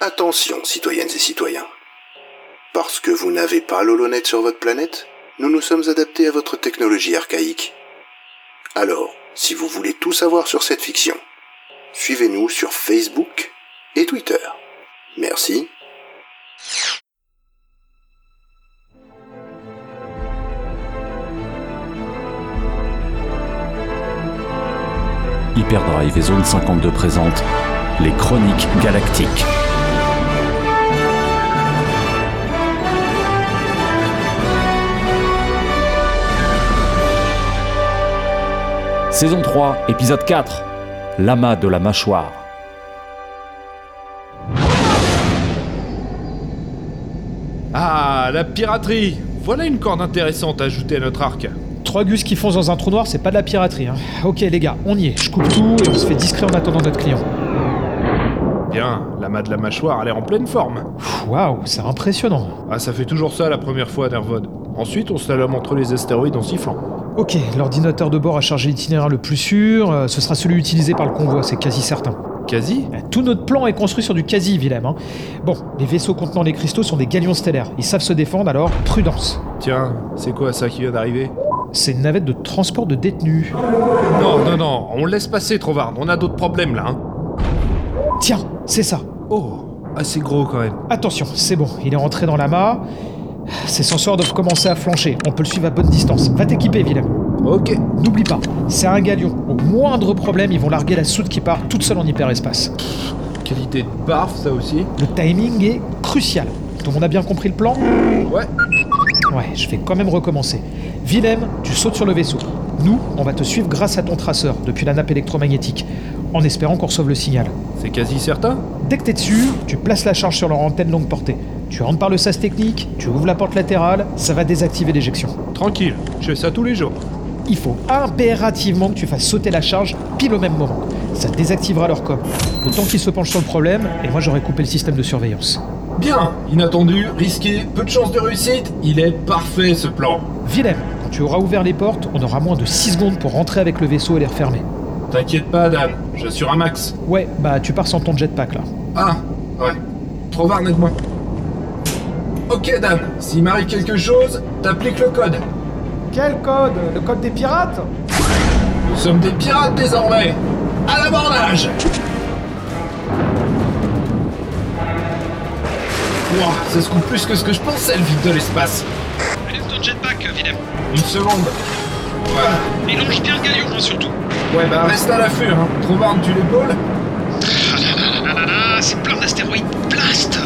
Attention, citoyennes et citoyens. Parce que vous n'avez pas l'holonet sur votre planète, nous nous sommes adaptés à votre technologie archaïque. Alors, si vous voulez tout savoir sur cette fiction, suivez-nous sur Facebook et Twitter. Merci. Hyperdrive et Zone 52 présentent les Chroniques Galactiques. Saison 3, épisode 4, l'amas de la mâchoire. Ah, la piraterie Voilà une corde intéressante à ajouter à notre arc. Trois gus qui foncent dans un trou noir, c'est pas de la piraterie. Hein. Ok les gars, on y est. Je coupe tout et on se fait discret en attendant notre client. Bien, l'amas de la mâchoire a l'air en pleine forme. Pff, Waouh, c'est impressionnant. Ah, ça fait toujours ça la première fois, Nervod. Ensuite, on se la lame entre les astéroïdes en sifflant. Ok, l'ordinateur de bord a chargé l'itinéraire le plus sûr. euh, ce sera celui utilisé par le convoi, c'est quasi certain. Quasi Euh, Tout notre plan est construit sur du quasi, Willem. hein. Bon, les vaisseaux contenant les cristaux sont des galions stellaires. Ils savent se défendre, alors prudence. Tiens, c'est quoi ça qui vient d'arriver C'est une navette de transport de détenus. Non, non, non, on laisse passer, Trovard, on a d'autres problèmes là. hein. Tiens, c'est ça. Oh, assez gros quand même. Attention, c'est bon, il est rentré dans l'amas. Ses senseurs doivent commencer à flancher. On peut le suivre à bonne distance. Va t'équiper, Willem. Ok. N'oublie pas, c'est un galion. Au moindre problème, ils vont larguer la soute qui part toute seule en hyperespace. Qualité de barf, ça aussi. Le timing est crucial. Tout le monde a bien compris le plan Ouais. Ouais, je vais quand même recommencer. Willem, tu sautes sur le vaisseau. Nous, on va te suivre grâce à ton traceur depuis la nappe électromagnétique, en espérant qu'on sauve le signal. C'est quasi certain Dès que t'es dessus, tu places la charge sur leur antenne longue portée. Tu rentres par le sas technique, tu ouvres la porte latérale, ça va désactiver l'éjection. Tranquille, je fais ça tous les jours. Il faut impérativement que tu fasses sauter la charge pile au même moment. Ça désactivera leur com. Le temps qu'ils se penchent sur le problème, et moi j'aurai coupé le système de surveillance. Bien, inattendu, risqué, peu de chances de réussite, il est parfait ce plan. Willem, quand tu auras ouvert les portes, on aura moins de 6 secondes pour rentrer avec le vaisseau et les refermer. T'inquiète pas, Dan, j'assure un max. Ouais, bah tu pars sans ton jetpack là. Ah, ouais. Trovard, aide-moi. Ok, Dan, s'il m'arrive quelque chose, t'appliques le code. Quel code Le code des pirates Nous sommes des pirates désormais. À l'abordage Ouah, ça se coupe plus que ce que je pensais, le vide de l'espace. Laisse ton jetpack, Willem. Une seconde. Ouais, Et longe bien le galion, hein, surtout. ouais bah reste à l'affût, hein. Trovard, tu l'épaules Ah là là là là là là, c'est plein d'astéroïdes. Blast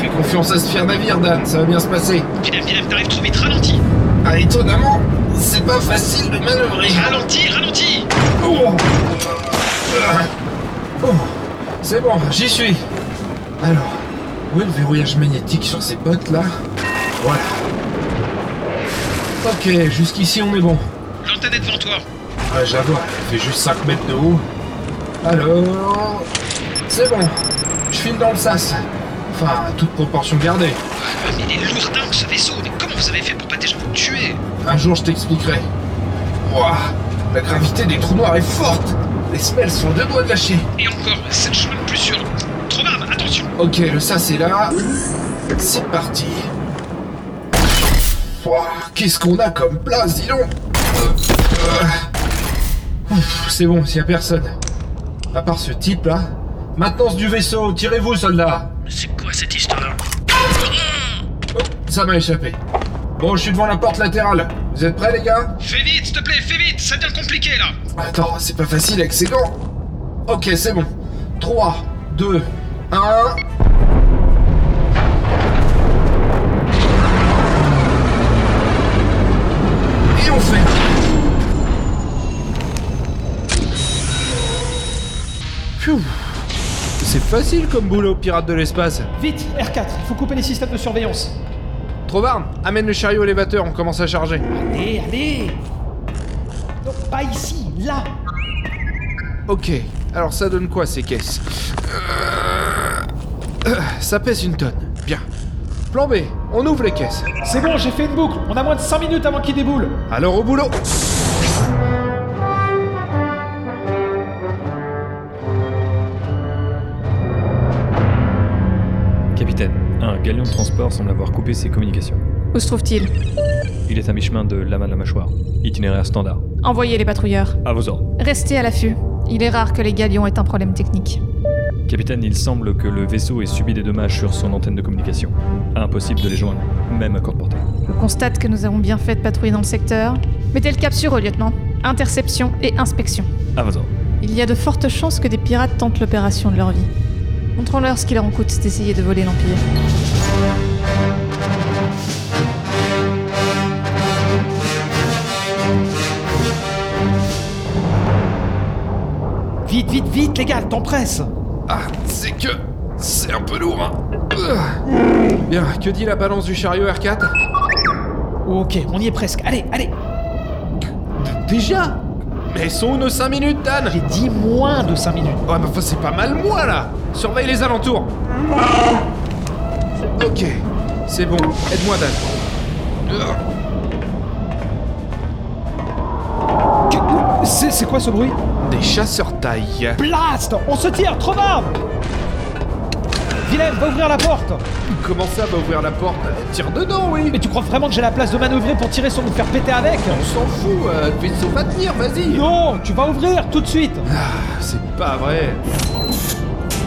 Fais confiance à ce fier navire, Dan, ça va bien se passer. Willem, Willem, t'arrives trop vite, ralentis. Ah, étonnamment, c'est pas facile de manœuvrer. Ralentis, ralentis Oh. Oh. C'est bon, j'y suis. Alors, où est le verrouillage magnétique sur ces bottes là Voilà. Ok, jusqu'ici on est bon. L'antenne est devant toi. Ah, j'avoue, elle fait juste 5 mètres de haut. Alors. C'est bon, je file dans le sas. Enfin, à toute proportion gardée. Ah, mais il est lourd dingue, ce vaisseau. Mais comment vous avez fait pour pas déjà vous tuer Un jour, je t'expliquerai. Ouah, la gravité des trous noirs est forte Les semelles sont deux doigts de lâcher. Et encore, c'est le chemin le plus sûr. Trovard, attention Ok, le ça c'est là. C'est parti. Ouah, Qu'est-ce qu'on a comme place, dis donc Euh, euh. Ouf, C'est bon, s'il y a personne. À part ce type là. Maintenance du vaisseau, tirez-vous, soldats C'est quoi cette histoire Oh, Ça m'a échappé. Bon, je suis devant la porte latérale. Vous êtes prêts, les gars Fais vite, s'il te plaît, fais vite, ça devient compliqué, là Attends, c'est pas facile avec ces gants. Ok, c'est bon. 3, 2, 1. Et on fait. Pfiou. C'est facile comme boulot, pirate de l'espace. Vite, R4, il faut couper les systèmes de surveillance. Trovarne, amène le chariot élévateur, on commence à charger. Allez, allez Non, pas ici, là Ok, alors ça donne quoi ces caisses Euh, euh, Ça pèse une tonne. Bien. Plan B, on ouvre les caisses. C'est bon, j'ai fait une boucle, on a moins de 5 minutes avant qu'il déboule. Alors au boulot Capitaine, un galion de transport semble avoir coupé ses communications. Où se trouve-t-il Il est à mi-chemin de l'ama à la mâchoire. Itinéraire standard. Envoyez les patrouilleurs. À vos ordres. Restez à l'affût. Il est rare que les galions aient un problème technique. Capitaine, il semble que le vaisseau ait subi des dommages sur son antenne de communication. Impossible de les joindre, même à courte portée. Je constate que nous avons bien fait de patrouiller dans le secteur. Mettez le cap sur eux, lieutenant. Interception et inspection. À vos ordres. Il y a de fortes chances que des pirates tentent l'opération de leur vie. Montrons-leur ce qu'il leur en coûte d'essayer de voler l'Empire. Vite, vite, vite, les gars, le temps presse Ah, c'est que. C'est un peu lourd, hein. Ugh. Bien, que dit la balance du chariot R4 Ok, on y est presque. Allez, allez Déjà Mais ils sont où nos 5 minutes, Dan J'ai dit moins de 5 minutes. Ouais, mais enfin, c'est pas mal moi là Surveille les alentours Ok, c'est bon, aide-moi, Dan. Euh, Ugh. Que- euh, C'est c'est quoi ce bruit Des chasseurs taille. Blast On se tire, trop bas Willem, va ouvrir la porte Comment ça va ouvrir la porte Tire dedans, oui Mais tu crois vraiment que j'ai la place de manœuvrer pour tirer sans nous faire péter avec On s'en fout, euh, le vaisseau va tenir, vas-y Ah, Non, tu vas ouvrir tout de suite C'est pas vrai.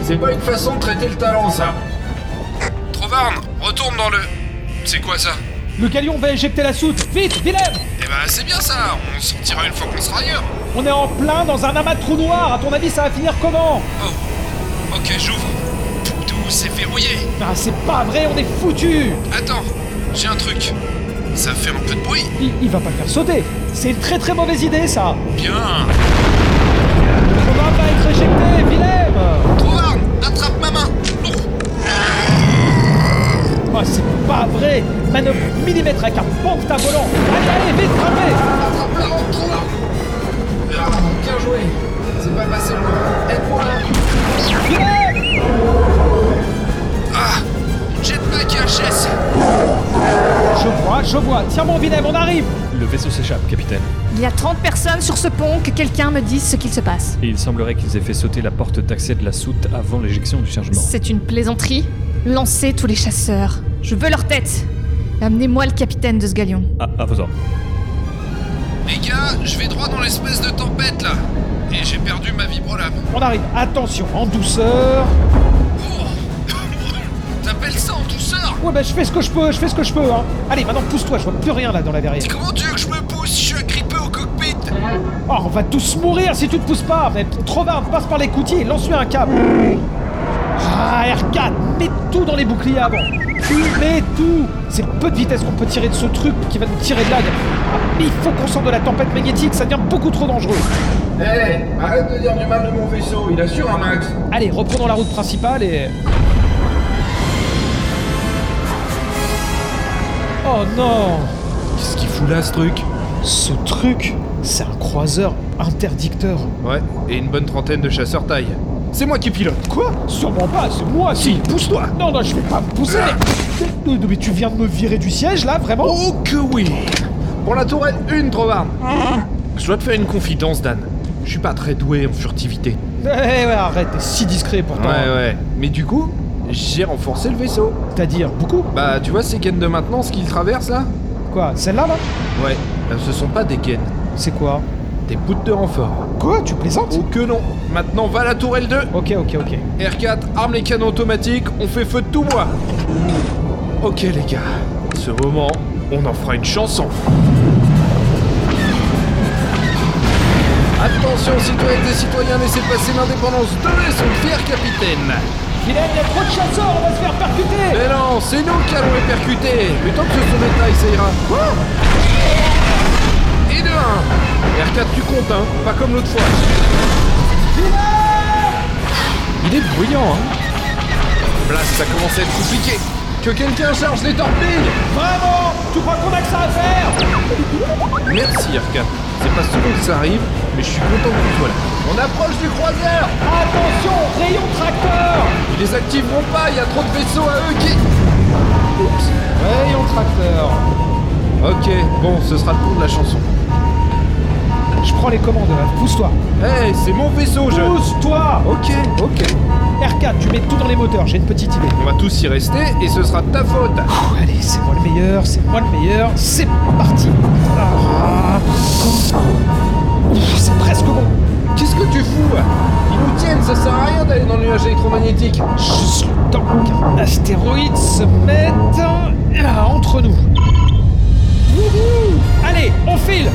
C'est pas une façon de traiter le talent, ça. Trovarne, retourne dans le. C'est quoi ça Le galion va éjecter la soute Vite, Willem Eh ben, c'est bien ça, on sortira une fois qu'on sera ailleurs. On est en plein dans un amas de trous noirs, à ton avis ça va finir comment Oh, ok, j'ouvre. Tout c'est verrouillé. Ah c'est pas vrai, on est foutu Attends, j'ai un truc. Ça fait un peu de bruit. il, il va pas le faire sauter C'est une très très mauvaise idée ça Bien. Thomas va être éjecté, Willem Trovarne, attrape ma main. Non. Ah c'est pas vrai Manœuvre millimètre avec un pantin volant Allez, allez, vite, frappez Attrape la rampe, Trovarne. Ah, bien joué. C'est pas passé loin. Aide-moi. Willem Ah, jetpack HS. Je vois, je vois, tiens mon Willem, on arrive Le vaisseau s'échappe, capitaine. Il y a 30 personnes sur ce pont, que quelqu'un me dise ce qu'il se passe. Et il semblerait qu'ils aient fait sauter la porte d'accès de la soute avant l'éjection du chargement. C'est une plaisanterie Lancez tous les chasseurs. Je veux leur tête Amenez-moi le capitaine de ce galion. Ah, à vos ordres. Les gars, je vais droit dans l'espèce de tempête là. Et j'ai perdu ma vibrolame. On arrive, attention, en douceur Oh. T'appelles ça en douceur Ouais bah je fais ce que je peux, je fais ce que je peux hein Allez, maintenant pousse-toi, je vois plus rien là dans la verrière Comment tu veux que je me pousse Je suis agrippé au cockpit. Oh, on va tous mourir si tu te pousses pas Mais trop bas, passe par l'écoutier, lance-lui un câble Ah, R4, mets tout dans les boucliers avant Tu mets tout C'est peu de vitesse qu'on peut tirer de ce truc qui va nous tirer de là. Ah, mais il faut qu'on sorte de la tempête magnétique, ça devient beaucoup trop dangereux Eh, arrête de dire du mal de mon vaisseau, il assure un max. Allez, reprenons la route principale et... Oh non Qu'est-ce qu'il fout là ce truc Ce truc, c'est un croiseur interdicteur. Ouais, et une bonne trentaine de chasseurs taille. C'est moi qui pilote. Quoi Sûrement pas, c'est moi qui... Pousse-toi Non, non, je vais pas me pousser. Mais, mais- mais tu viens de me virer du siège, là, vraiment Oh que oui Pour la tourelle, une trovarne. Je dois te faire une confidence, Dan. Je suis pas très doué en furtivité. Ouais, Eh, ouais, arrête, t'es si discret pourtant. ouais. Mais du coup, j'ai renforcé le vaisseau. C'est-à-dire, beaucoup Bah, tu vois ces gaines de maintenance qu'ils traversent là Quoi, celle-là, là Ouais, euh, ce sont pas des gaines, C'est quoi des bouts de renfort. Quoi, tu plaisantes Ou Oh, que non Maintenant, va à la tourelle 2 Ok, ok, ok. R4, arme les canons automatiques, on fait feu de tout moi Ok les gars, ce moment, on en fera une chanson. Attention citoyennes et citoyens, laissez passer l'indépendance de son fier capitaine Vilaine, il y a trop de chasseurs, on va se faire percuter Mais non, c'est nous qui allons les percuter Mais tant que ce sont des tailles, ça ira Quoi Et de 1 R4, tu comptes, hein Pas comme l'autre fois Il est bruyant, hein Là, ça commence à être compliqué Que quelqu'un charge les torpilles Vraiment Tu crois qu'on a que ça à faire Merci, R4. C'est pas souvent que ça arrive, mais je suis content que tu sois là. On approche du croiseur Attention, rayon tracteur Ils les activeront pas, il y a trop de vaisseaux à eux qui... Oups Rayon tracteur Ok, bon, ce sera le tour de la chanson. Je prends les commandes, là, pousse-toi Eh, c'est mon vaisseau, je... Pousse-toi Ok, ok. R4, tu mets tout dans les moteurs, j'ai une petite idée. On va tous y rester et ce sera de ta faute. Pff, allez, c'est moi le meilleur, c'est moi le meilleur, c'est parti. Ah. Ouf, C'est presque bon. Qu'est-ce que tu fous hein Ils nous tiennent, ça sert à rien d'aller dans le nuage électromagnétique. Juste le temps qu'un astéroïde se mette euh, entre nous. Wouhou Allez, on file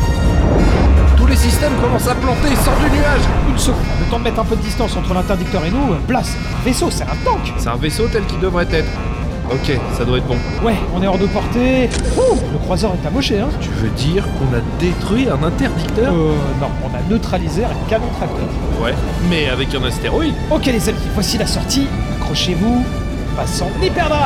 Tous les systèmes commencent à planter, sors du nuage Une seconde, le temps de mettre un peu de distance entre l'interdicteur et nous. euh, Place, un vaisseau, c'est un tank C'est un vaisseau tel qu'il devrait être. Ok, ça doit être bon. Ouais, on est hors de portée. Ouh, le croiseur est amoché, hein Tu veux dire qu'on a détruit un interdicteur Euh, non, on a neutralisé un canon tracteur. Euh, Ouais, mais avec un astéroïde. Ok les amis, voici la sortie. Accrochez-vous, passons l'hyperdrive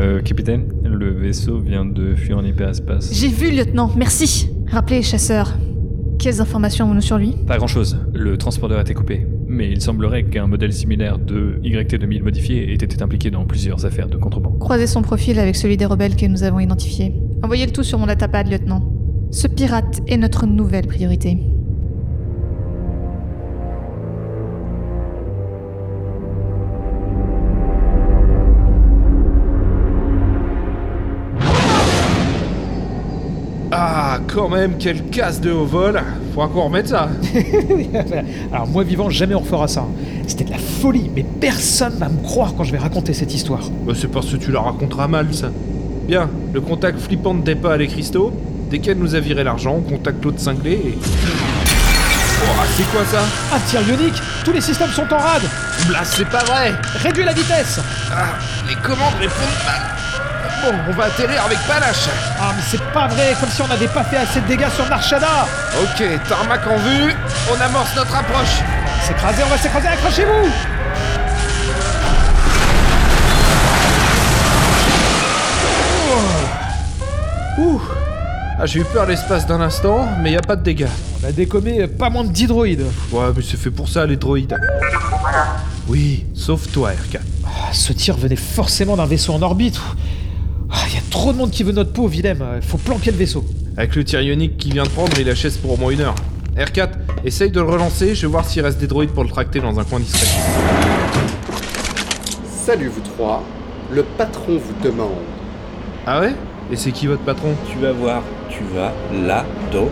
Euh, capitaine, le vaisseau vient de fuir en hyperespace. J'ai vu, lieutenant, merci. Rappelez, chasseur. Quelles informations avons-nous sur lui Pas grand-chose, le transpondeur a été coupé. Mais il semblerait qu'un modèle similaire de YT-2000 modifié ait été impliqué dans plusieurs affaires de contrebande. Croisez son profil avec celui des rebelles que nous avons identifié. Envoyez le tout sur mon datapad, lieutenant. Ce pirate est notre nouvelle priorité. Ah, quand même, quelle casse de haut vol Faudra qu'on remette ça. Alors moi vivant, jamais on refera ça. hein. C'était de la folie, mais personne va me croire quand je vais raconter cette histoire. Bah, c'est parce que tu la raconteras mal, ça. Bien, le contact flippant de Depa et les cristaux. Dès qu'elle nous a viré l'argent, on contacte l'autre cinglé et... Oh, ah, c'est quoi ça Un tir ionique Tous les systèmes sont en rade Là, c'est pas vrai Réduis la vitesse Ah, les commandes répondent mal. Ah Bon, on va atterrir avec panache. Ah mais c'est pas vrai, comme si on n'avait pas fait assez de dégâts sur Narshada Ok, tarmac en vue, on amorce notre approche. S'écraser, on va s'écraser, accrochez-vous Ouh Ah, j'ai eu peur l'espace d'un instant, mais y a pas de dégâts. On a décommé euh, pas moins de 10 droïdes. Ouais, mais c'est fait pour ça, les droïdes. Oui, sauf toi, RK. Ah, ce tir venait forcément d'un vaisseau en orbite. Ah, Il y a trop de monde qui veut notre peau, Willem. Euh, Faut planquer le vaisseau. Avec le tir ionique qu'il vient de prendre, il achète pour au moins une heure. R4, essaye de le relancer, je vais voir s'il reste des droïdes pour le tracter dans un coin discret. Salut vous trois, le patron vous demande. Ah ouais Et c'est qui votre patron Tu vas voir, tu vas l'adorer.